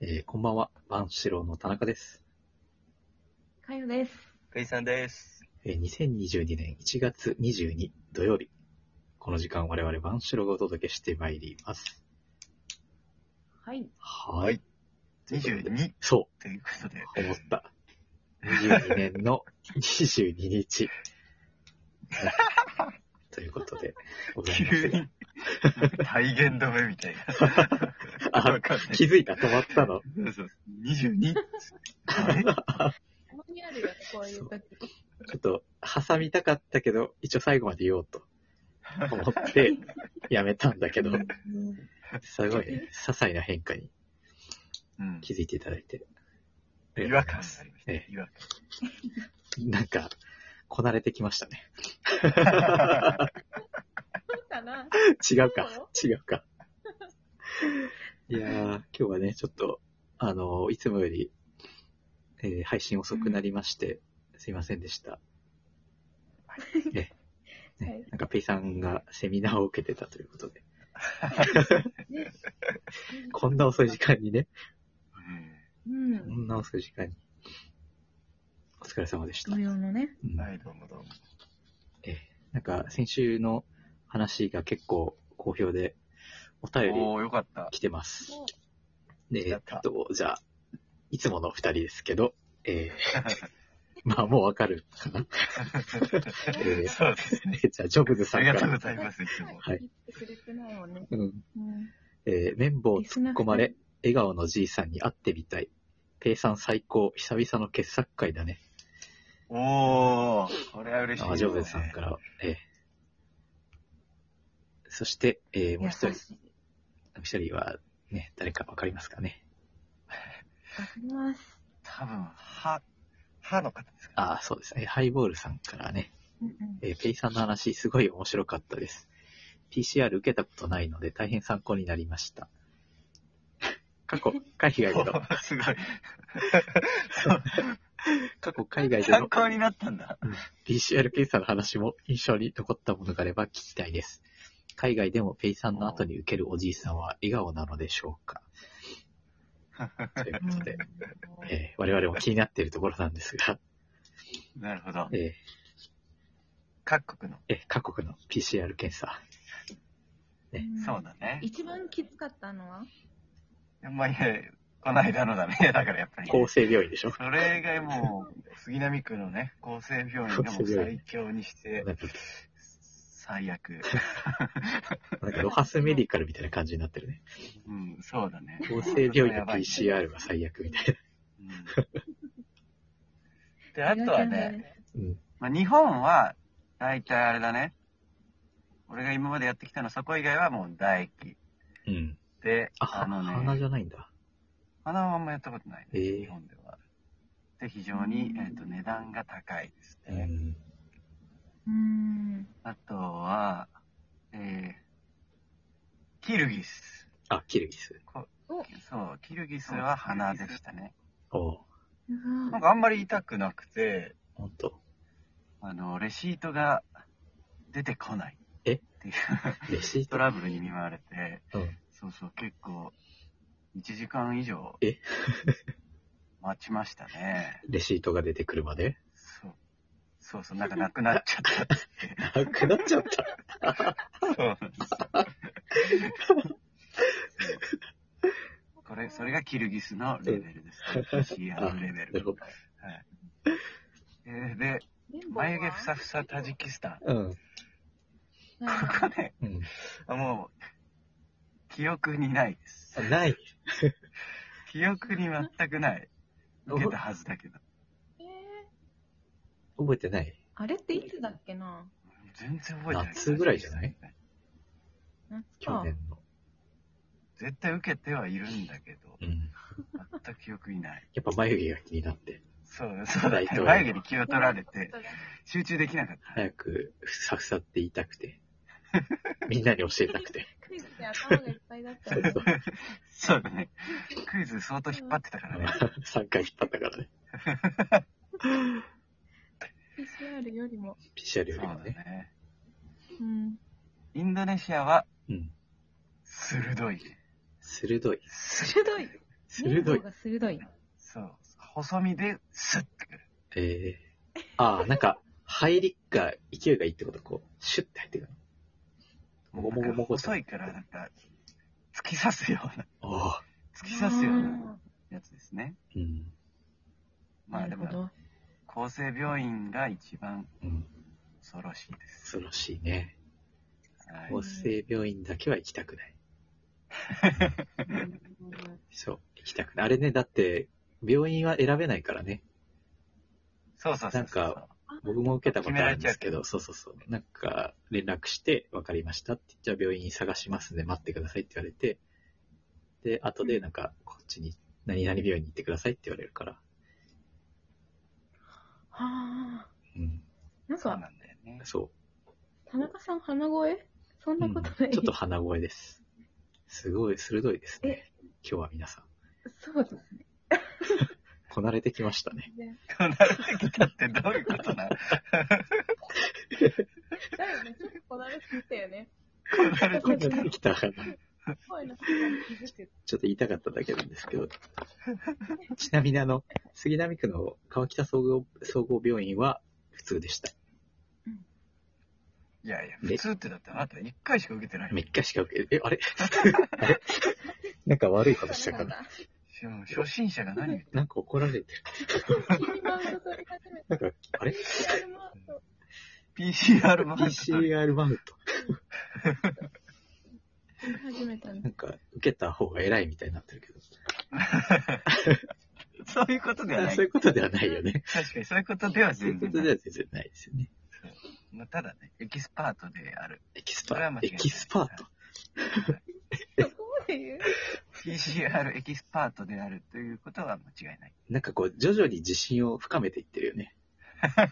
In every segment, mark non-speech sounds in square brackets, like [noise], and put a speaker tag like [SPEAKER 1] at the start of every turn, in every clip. [SPEAKER 1] えーこんばんは、万志郎の田中です。
[SPEAKER 2] かよです。
[SPEAKER 3] かいさんです。
[SPEAKER 1] えー2022年1月22土曜日、この時間我々万志郎がお届けしてまいります。
[SPEAKER 2] はい。
[SPEAKER 1] はーい。
[SPEAKER 3] はい22
[SPEAKER 1] そ
[SPEAKER 3] ということで、
[SPEAKER 1] う、思った。22年の22日。
[SPEAKER 3] [laughs]
[SPEAKER 1] ねということで、ございます
[SPEAKER 3] 急
[SPEAKER 1] が
[SPEAKER 3] に、体言止めみたいな。
[SPEAKER 1] あ
[SPEAKER 3] わかんない。
[SPEAKER 1] 気づいた、止まったの。
[SPEAKER 3] そうそう。22? あれ
[SPEAKER 2] たまにあるよね、こういう時。
[SPEAKER 1] ちょっと、挟みたかったけど、一応最後まで言おうと思
[SPEAKER 3] [laughs]
[SPEAKER 1] って、やめたんだけど、すごいね、些細な変化に
[SPEAKER 3] うん。
[SPEAKER 1] 気づいていただいて。
[SPEAKER 3] 違和感がありまし
[SPEAKER 1] え
[SPEAKER 3] たね。違和
[SPEAKER 1] なんか、こなれてきましたね。
[SPEAKER 2] [laughs]
[SPEAKER 3] 感。
[SPEAKER 2] そうかな
[SPEAKER 1] 違うか
[SPEAKER 2] そ。
[SPEAKER 1] 違うか。いやー、今日はね、ちょっと、あのーいつもより、えー配信遅くなりまして、すいませんでした。ね
[SPEAKER 2] はい
[SPEAKER 1] ね、なんか、ペイさんがセミナーを受けてたということで、
[SPEAKER 2] ね
[SPEAKER 1] こんな遅い時間にね、
[SPEAKER 2] う
[SPEAKER 1] こ
[SPEAKER 2] ん。
[SPEAKER 1] んな遅い時間に、お疲れ様でした。
[SPEAKER 2] 同様のね。
[SPEAKER 1] うん
[SPEAKER 3] はい、どうもどうも。
[SPEAKER 1] えーなんか、先週の話が結構好評で、お便り
[SPEAKER 3] おー、よかった。
[SPEAKER 1] 来てます。で、え
[SPEAKER 3] や
[SPEAKER 1] っ
[SPEAKER 3] った
[SPEAKER 1] と、じゃあ、いつもの二人ですけど、えー、 [laughs] まあもうわかる [laughs] かな。え
[SPEAKER 3] そうですね。
[SPEAKER 1] ーじゃあ、ジョブズさ
[SPEAKER 3] あ
[SPEAKER 1] ん
[SPEAKER 3] り
[SPEAKER 1] か
[SPEAKER 3] がとう
[SPEAKER 1] ら、
[SPEAKER 3] ございます、いつも。
[SPEAKER 1] はい
[SPEAKER 2] 言ってくれてないもんね。
[SPEAKER 1] うん
[SPEAKER 2] うん。
[SPEAKER 1] えー綿棒突っ込まれ、笑顔のじいさんに会ってみたい。ペイさん最高、久々の傑作会だね。
[SPEAKER 3] おー、これは嬉しい。
[SPEAKER 1] あジョブズさんから、えーそして、えーもう
[SPEAKER 2] 優
[SPEAKER 1] 一
[SPEAKER 2] しい。
[SPEAKER 1] 人
[SPEAKER 2] わ、
[SPEAKER 1] もう一人は、ね、誰かわかりますかね。
[SPEAKER 2] かります。
[SPEAKER 3] 多分、歯、歯の方ですか
[SPEAKER 1] ああ、そうですね。ハイボールさんからね、
[SPEAKER 2] うんうん。
[SPEAKER 1] えーペイさんの話、すごい面白かったです。PCR 受けたことないので、大変参考になりました。 [laughs] 過去、海外
[SPEAKER 3] [laughs]
[SPEAKER 1] での、
[SPEAKER 3] すごい。
[SPEAKER 1] 過去海外で
[SPEAKER 3] 参
[SPEAKER 1] の
[SPEAKER 3] 考になったんだ。
[SPEAKER 1] PCR 検査の話も印象に残ったものがあれば聞きたいです。海外でもペイさんの後に受けるおじいさんは笑顔なのでしょうかということ
[SPEAKER 2] [laughs]
[SPEAKER 1] で、えー我々も気になっているところなんですが、
[SPEAKER 3] なるほど
[SPEAKER 1] え。ー
[SPEAKER 3] 各国の。
[SPEAKER 1] えー各国の PCR 検査。ね
[SPEAKER 2] ん
[SPEAKER 3] そう。だね。
[SPEAKER 2] 一番きつかったのは
[SPEAKER 3] まあ、いや、この間のだね。だからやっぱり。
[SPEAKER 1] 厚生病院でしょ
[SPEAKER 3] それがもう、杉並区のね、厚生病院がもう最強にして、
[SPEAKER 1] なんか、[laughs]
[SPEAKER 3] 最悪。
[SPEAKER 1] なんかロハスメディカルみたいな感じになってるね。
[SPEAKER 3] うん、そうだね。
[SPEAKER 1] 厚生病院
[SPEAKER 3] や
[SPEAKER 1] の
[SPEAKER 3] ばい
[SPEAKER 1] PCR が最悪みたい
[SPEAKER 3] うんで、あとはね、。
[SPEAKER 1] な。うん。
[SPEAKER 3] まあ、日本は、大体あれだね。俺が今までやってきたの、そこ以外はもう唾液。
[SPEAKER 1] うん。
[SPEAKER 3] で、
[SPEAKER 1] あ、
[SPEAKER 3] あの
[SPEAKER 1] 鼻
[SPEAKER 3] ね、
[SPEAKER 1] じゃないんだ。
[SPEAKER 3] 鼻はあんまやったことない、ね
[SPEAKER 1] えー
[SPEAKER 3] 日本では。で、非常に、えっ、と、値段が高いです
[SPEAKER 1] う
[SPEAKER 3] ね。
[SPEAKER 1] ん。
[SPEAKER 2] うん。
[SPEAKER 3] あとは、えー、キルギス。
[SPEAKER 1] あ、キルギス。
[SPEAKER 3] そう、キルギスは鼻でしたね。
[SPEAKER 1] おう
[SPEAKER 2] う
[SPEAKER 3] な
[SPEAKER 2] わ
[SPEAKER 3] んかあんまり痛くなくて、
[SPEAKER 1] ほんと。
[SPEAKER 3] あの、レシートが出てこない。
[SPEAKER 1] え
[SPEAKER 3] っていう
[SPEAKER 1] レシー
[SPEAKER 3] ト
[SPEAKER 1] ト。
[SPEAKER 3] ラブルに見舞われて、
[SPEAKER 1] うん。
[SPEAKER 3] そうそう、結構、1時間以上、
[SPEAKER 1] え
[SPEAKER 3] 待ちましたね。
[SPEAKER 1] レシートが出てくるま [laughs] で。
[SPEAKER 3] そう。そうそう、なんかなくなっちゃった。
[SPEAKER 1] なくなっちゃった。
[SPEAKER 3] そうなんですよそうこれ、それがキルギスのレベ
[SPEAKER 1] [laughs]
[SPEAKER 3] ルです、ね。
[SPEAKER 1] あ
[SPEAKER 3] CR レベ
[SPEAKER 1] なる
[SPEAKER 3] ル。
[SPEAKER 1] ほど
[SPEAKER 3] えーで、眉毛ふさふさタジキスタン。
[SPEAKER 1] うん。
[SPEAKER 2] なん
[SPEAKER 3] こ
[SPEAKER 2] か
[SPEAKER 3] れ、
[SPEAKER 1] うん
[SPEAKER 3] もう、記憶にないです。
[SPEAKER 1] あ。ない。
[SPEAKER 3] 記憶に全くない。受けたはずだけど。
[SPEAKER 2] えー
[SPEAKER 1] 覚えてない。
[SPEAKER 2] あれっていつだっけな
[SPEAKER 3] 全然覚えてない。
[SPEAKER 1] 夏ぐらいじゃない
[SPEAKER 2] 夏
[SPEAKER 1] 去
[SPEAKER 2] か。
[SPEAKER 1] 年の。
[SPEAKER 3] 絶対受けてはいるんだけど、
[SPEAKER 1] うん。
[SPEAKER 3] 全く記憶にない。
[SPEAKER 1] やっぱ眉毛が気になって、
[SPEAKER 3] そう、そうだ
[SPEAKER 1] 大統領
[SPEAKER 3] ね。眉毛に気を取られて、集中できなかった。
[SPEAKER 1] 早くふさふさって言いたく [laughs] て。みんなに教えた [laughs] くて。
[SPEAKER 2] クイズで頭がいっぱいだった
[SPEAKER 1] そう
[SPEAKER 2] ね。
[SPEAKER 1] そう。
[SPEAKER 3] そうだね。クイズ相当引っ張ってたからね。
[SPEAKER 1] 3回引っ張ったからね。
[SPEAKER 2] PCR よりも。
[SPEAKER 1] PCR
[SPEAKER 3] そ
[SPEAKER 1] よ
[SPEAKER 3] う
[SPEAKER 1] り
[SPEAKER 3] だ
[SPEAKER 1] もね。
[SPEAKER 3] ね。
[SPEAKER 2] うん。
[SPEAKER 3] インドネシアは、
[SPEAKER 1] うん。
[SPEAKER 3] 鋭いね。
[SPEAKER 1] 鋭い。
[SPEAKER 2] 鋭い。
[SPEAKER 1] 鋭い
[SPEAKER 2] 方。が鋭い。
[SPEAKER 3] そう。細身で、スッてくる。
[SPEAKER 1] えー、ああ、なんか、入りが、勢いがいいってこと、こう、シュッて入ってくる。もごもごもご
[SPEAKER 3] 細いから、なんか、突き刺すような、
[SPEAKER 1] ああ、
[SPEAKER 3] 突き刺すようなやつですね。
[SPEAKER 1] うん、
[SPEAKER 3] まあでも、
[SPEAKER 2] ど。
[SPEAKER 3] 厚生病院が一番
[SPEAKER 1] うん、
[SPEAKER 3] 恐ろしいです。
[SPEAKER 1] 恐ろしいね。
[SPEAKER 3] はい
[SPEAKER 1] 厚生病院だけは行きたくない。そう、行きたくない。あれね、だって、病院は選べないからね。
[SPEAKER 3] そうそうそうそう。
[SPEAKER 1] なんか僕も受けたことあるんですけど、そうそうそう。なんか、連絡して、わかりましたって、じゃあ病院探しますんで待ってくださいって言われて、で、後でなんか、こっちに、何々病院に行ってくださいって言われるから。
[SPEAKER 2] はあ。
[SPEAKER 1] うん、
[SPEAKER 2] なん
[SPEAKER 3] そう
[SPEAKER 2] か、
[SPEAKER 3] なんだよね。
[SPEAKER 1] そう。
[SPEAKER 2] 田中さん鼻声そんなことない。
[SPEAKER 1] うんちょっと鼻声です。すごい鋭いですね。今日は皆さん、
[SPEAKER 2] そうですね。
[SPEAKER 1] こなれてきましたね。
[SPEAKER 3] 慣れてきたってどういうことなの
[SPEAKER 2] だよね、ちょっとこだわりすぎたよね。
[SPEAKER 3] 慣れ
[SPEAKER 1] こ
[SPEAKER 3] て
[SPEAKER 1] なれてきた。ちょっ
[SPEAKER 2] 声の声に気づく。
[SPEAKER 1] と言いたかっただけなんです
[SPEAKER 2] [laughs]
[SPEAKER 1] けど。ちなみにあの、杉並区の川北総合総合病院は普通でした。
[SPEAKER 3] いやいや、普通ってだってあなた1回しか受けてないの。
[SPEAKER 1] 3日しか受け、え、
[SPEAKER 2] [laughs]
[SPEAKER 1] あれあれなんか悪いことしたかな
[SPEAKER 2] な。
[SPEAKER 3] 初心者が何言って
[SPEAKER 1] なんか怒られてる。
[SPEAKER 2] 君マウント取り始め
[SPEAKER 1] なんか、あれ
[SPEAKER 2] た。君マウント
[SPEAKER 3] PCR マウント取る
[SPEAKER 1] ?PCR マウント。
[SPEAKER 2] 取り始めたんだ
[SPEAKER 1] なんか、受けた方が偉いみたいになってるけど。
[SPEAKER 3] そういうことではな
[SPEAKER 1] [laughs]
[SPEAKER 3] い
[SPEAKER 1] そう。いうことではないよね。
[SPEAKER 3] 確かにそういうことでは
[SPEAKER 1] そうい
[SPEAKER 3] 全
[SPEAKER 1] うこ
[SPEAKER 3] 然
[SPEAKER 1] と
[SPEAKER 3] ない
[SPEAKER 1] では全然ないですよね。
[SPEAKER 3] まあ、ただね、エキスパートである。
[SPEAKER 1] エキス
[SPEAKER 3] そ
[SPEAKER 1] パ
[SPEAKER 3] れは間
[SPEAKER 1] ー
[SPEAKER 3] 違
[SPEAKER 1] ト。エ
[SPEAKER 3] いない
[SPEAKER 1] キスパート。
[SPEAKER 2] そこまで言う
[SPEAKER 3] PCR エキスパートであるということは間違いない。
[SPEAKER 1] なんかこう、徐々に自信を深めていってるよね。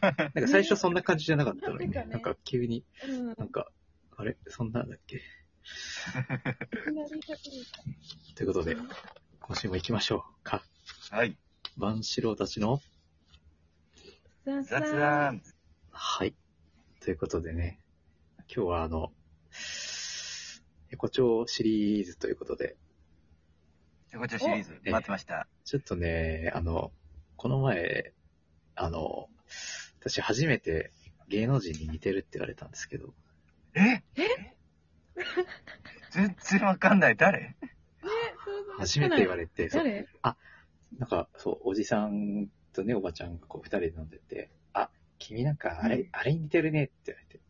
[SPEAKER 1] なんか最初そんな感じじゃなかったのに
[SPEAKER 2] なん
[SPEAKER 1] ね
[SPEAKER 2] か。ね
[SPEAKER 1] なんか急に、
[SPEAKER 2] うん。
[SPEAKER 1] なんか、あれそんなんだっけ
[SPEAKER 2] 左がいいか
[SPEAKER 1] ということで、今週も行きましょうか。
[SPEAKER 3] はい。
[SPEAKER 1] 万四郎たちの、
[SPEAKER 2] ら。
[SPEAKER 3] 雑
[SPEAKER 2] 雑談。
[SPEAKER 3] 談。
[SPEAKER 1] はい。ということでね、今日はあの、エコ調シリーズということで、
[SPEAKER 3] ちょこちょシリーズ、
[SPEAKER 1] お
[SPEAKER 3] 待ってました。
[SPEAKER 1] ちょっとね、あの、この前、あの、私初めて芸能人に似てるって言われたんですけど、
[SPEAKER 3] え [laughs] 全然わかんない。誰
[SPEAKER 1] 初めて言われて、そう
[SPEAKER 2] 誰
[SPEAKER 1] なんか、そう、おじさんとね、おばちゃんがこう二人で飲んでて、あ、君なんかあれ、
[SPEAKER 3] うん
[SPEAKER 1] あれに似てるねって言われて、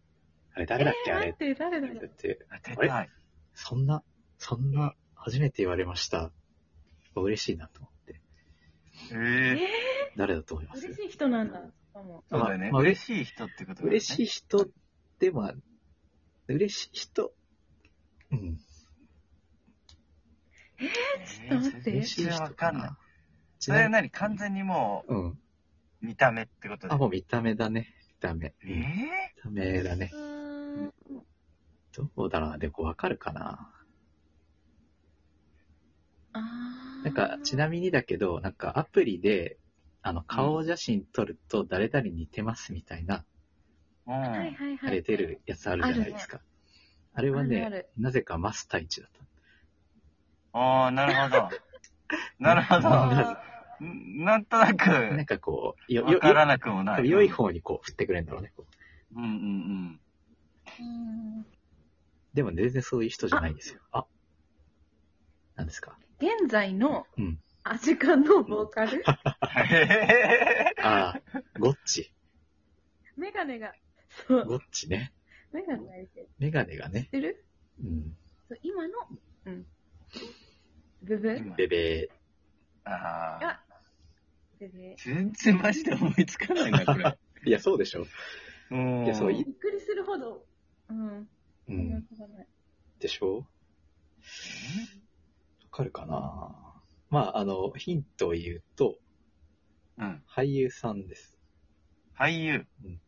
[SPEAKER 1] あれ誰だっけ、あれ
[SPEAKER 2] 待
[SPEAKER 1] っ
[SPEAKER 2] ってて、誰だ
[SPEAKER 1] 言
[SPEAKER 2] ろ
[SPEAKER 1] っ
[SPEAKER 2] う
[SPEAKER 1] て、
[SPEAKER 3] 当てたい。
[SPEAKER 1] そんな、そんな、初めて言われました。嬉しいなと思って。
[SPEAKER 3] え
[SPEAKER 2] え
[SPEAKER 3] ー、
[SPEAKER 1] 誰だと思いま
[SPEAKER 2] ー、
[SPEAKER 1] す
[SPEAKER 2] 嬉しい人なんだ。しかも。
[SPEAKER 3] そうだよね。
[SPEAKER 1] まあ
[SPEAKER 3] 嬉しい人ってことだよね。
[SPEAKER 1] 嬉しい人でもある。嬉しい人、うん、
[SPEAKER 2] ちょっと待って
[SPEAKER 1] 嬉しい
[SPEAKER 3] 全然
[SPEAKER 1] 人
[SPEAKER 3] わかんない。
[SPEAKER 1] ち
[SPEAKER 3] それ
[SPEAKER 1] な
[SPEAKER 3] は
[SPEAKER 1] みに
[SPEAKER 3] 何完全にも
[SPEAKER 1] うん。
[SPEAKER 3] う見た目ってことで
[SPEAKER 1] あ、。もう見た目だね。見た目。
[SPEAKER 3] え
[SPEAKER 1] 見た目だね。
[SPEAKER 2] うーん。
[SPEAKER 1] どうだろうな。でもわかるかな。
[SPEAKER 2] あー
[SPEAKER 1] なんか、ちなみにだけど、なんかアプリで、あの、顔写真撮ると誰々似てますみたいな、
[SPEAKER 3] ー、うん。
[SPEAKER 2] はいはいはい。
[SPEAKER 1] あれ出るやつあるじゃないですか。あれは
[SPEAKER 2] ある
[SPEAKER 1] ね
[SPEAKER 2] ある、
[SPEAKER 1] なぜかマスタイチだった。
[SPEAKER 3] ああ、なる
[SPEAKER 1] [laughs]
[SPEAKER 3] ほど。なるほ
[SPEAKER 1] あ
[SPEAKER 3] ど。
[SPEAKER 1] ー
[SPEAKER 3] んなんとな
[SPEAKER 1] なん
[SPEAKER 3] く、
[SPEAKER 1] かこう、よ、
[SPEAKER 3] わ
[SPEAKER 1] よ、
[SPEAKER 3] からなくもない。
[SPEAKER 1] 良い。方にこう振ってくれるんだろうね。こう
[SPEAKER 3] うんうんうん。
[SPEAKER 2] うーん。
[SPEAKER 1] でもね全然そういう人じゃないんですよ。あなんですか
[SPEAKER 2] 現在の
[SPEAKER 1] うん、
[SPEAKER 2] アジカンのボーカル、
[SPEAKER 3] へ
[SPEAKER 1] ああ、ゴッチ。
[SPEAKER 2] メガネが、そう、
[SPEAKER 1] ゴッチね。
[SPEAKER 2] メガネがいてる。
[SPEAKER 1] メガネがね
[SPEAKER 2] 知。ってる
[SPEAKER 1] うん。
[SPEAKER 2] そう今の、うん。ブブ
[SPEAKER 3] ー
[SPEAKER 2] ー
[SPEAKER 3] 今
[SPEAKER 1] ベベ
[SPEAKER 3] ああ。
[SPEAKER 2] が、ブブー。
[SPEAKER 3] 全然マジで思いつかないな、こ
[SPEAKER 1] [laughs]
[SPEAKER 3] れ。
[SPEAKER 1] ー。いや、そうでしょ。
[SPEAKER 3] うん
[SPEAKER 1] いやそうい
[SPEAKER 2] びっくりするほど、うん、
[SPEAKER 1] う
[SPEAKER 2] 思い
[SPEAKER 1] ん。
[SPEAKER 2] 浮かばない。
[SPEAKER 1] でしょわかるかなまあ、あの、ヒントを言うと、
[SPEAKER 3] うん。
[SPEAKER 1] 俳優さんです。
[SPEAKER 3] 俳優
[SPEAKER 1] うん。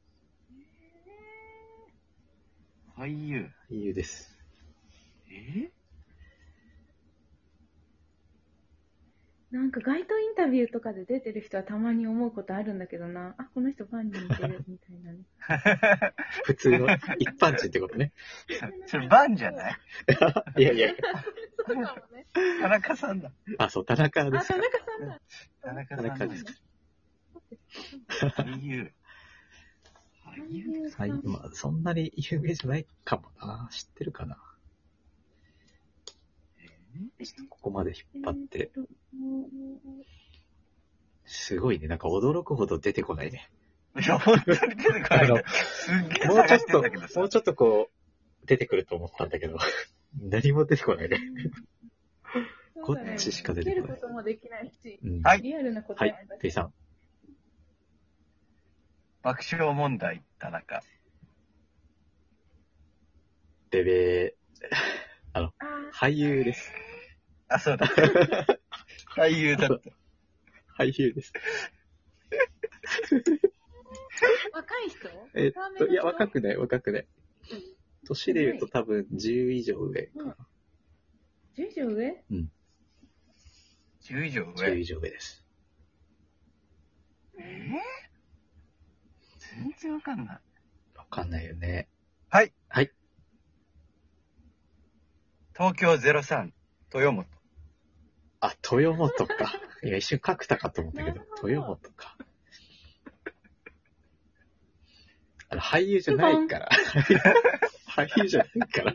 [SPEAKER 3] 俳優。
[SPEAKER 1] 俳優です。
[SPEAKER 3] え
[SPEAKER 2] なんか街頭インタビューとかで出てる人はたまに思うことあるんだけどな、あ、この人ファンに似てるみたいなね。
[SPEAKER 1] 普通の一般人ってことね。
[SPEAKER 3] それ、バンじゃない
[SPEAKER 1] いやいや、
[SPEAKER 2] とかもね。
[SPEAKER 3] 田中さんだ。
[SPEAKER 1] あ、そう、田中
[SPEAKER 2] あ、
[SPEAKER 1] で
[SPEAKER 2] 田
[SPEAKER 1] すか。
[SPEAKER 2] 中さんだ。
[SPEAKER 3] 田中
[SPEAKER 1] 田
[SPEAKER 3] さ
[SPEAKER 1] 中
[SPEAKER 3] んだ
[SPEAKER 1] で。すか。
[SPEAKER 3] 俳優。
[SPEAKER 2] 俳
[SPEAKER 1] [laughs]
[SPEAKER 3] 俳優
[SPEAKER 2] 優さ
[SPEAKER 1] は
[SPEAKER 2] ん
[SPEAKER 1] い、まあ、そんなに有名じゃないかもな。知ってるかな。ちょっとここまで引っ張
[SPEAKER 2] [laughs]
[SPEAKER 1] って。すごいね。なんか驚くほど出てこないね。
[SPEAKER 3] いや、本当に出て
[SPEAKER 1] [laughs]
[SPEAKER 3] こないんだ。すっげえ
[SPEAKER 1] もうちょ
[SPEAKER 3] 探
[SPEAKER 1] っ
[SPEAKER 3] して [laughs] んだけど
[SPEAKER 1] と、
[SPEAKER 3] さ
[SPEAKER 1] もう。ちょっとこう、出てくると思ったんだけど、何も出てこないね。
[SPEAKER 2] そうだね
[SPEAKER 3] こっ
[SPEAKER 1] ちしか出てこない
[SPEAKER 2] 受けることもできないし、
[SPEAKER 1] うん、
[SPEAKER 3] はい
[SPEAKER 2] リアルな答
[SPEAKER 1] は
[SPEAKER 2] え
[SPEAKER 1] い
[SPEAKER 2] も出、
[SPEAKER 1] ペ
[SPEAKER 2] せ
[SPEAKER 1] イさん。
[SPEAKER 3] 爆笑問題、田中。
[SPEAKER 1] ベベ
[SPEAKER 2] あー
[SPEAKER 1] 俳優です。
[SPEAKER 3] あ、そう
[SPEAKER 1] [laughs]
[SPEAKER 3] だ。俳優だった。
[SPEAKER 1] 俳優です。
[SPEAKER 2] 若い人
[SPEAKER 1] えっと、いや、若
[SPEAKER 2] い。
[SPEAKER 1] くない、若くない。年で言うと多分10以上上かな。
[SPEAKER 2] 10上上
[SPEAKER 3] 10以上
[SPEAKER 1] 10
[SPEAKER 3] 上。
[SPEAKER 1] 以上上です。
[SPEAKER 3] えー全然わかんない。
[SPEAKER 1] わかんないよね。
[SPEAKER 3] 東京03、豊本。
[SPEAKER 1] あ、豊本
[SPEAKER 2] [laughs]
[SPEAKER 1] か。いや、一瞬角田かと思ったけ
[SPEAKER 2] な
[SPEAKER 1] ど
[SPEAKER 2] るほ、ど
[SPEAKER 1] 豊本か。あの、俳優じゃないから。
[SPEAKER 2] [laughs]
[SPEAKER 1] 俳優じゃないから。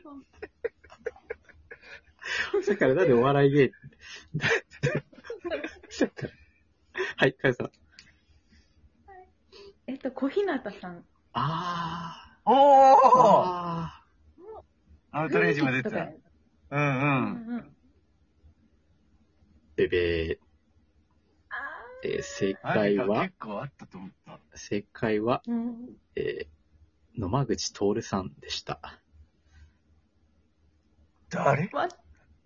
[SPEAKER 1] だからなんでお笑い芸人
[SPEAKER 2] [laughs]
[SPEAKER 1] しちゃったの [laughs] はい、かよさん。
[SPEAKER 2] えっと、小日向さん。
[SPEAKER 1] あー。
[SPEAKER 3] おー
[SPEAKER 1] あ
[SPEAKER 3] アウトレイジも出てた。うん
[SPEAKER 2] う
[SPEAKER 3] うん。
[SPEAKER 2] んうん。
[SPEAKER 1] ー。ベベ
[SPEAKER 2] あ
[SPEAKER 1] ー。えー正
[SPEAKER 3] あれ
[SPEAKER 1] 解
[SPEAKER 3] が
[SPEAKER 1] は
[SPEAKER 3] 結、構あったと思った。
[SPEAKER 1] 正解は、
[SPEAKER 2] ーうん。
[SPEAKER 1] えー、野間口徹さんでした。
[SPEAKER 3] 誰
[SPEAKER 2] わ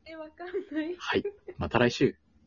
[SPEAKER 2] え、わかんない。
[SPEAKER 1] はい。また来週。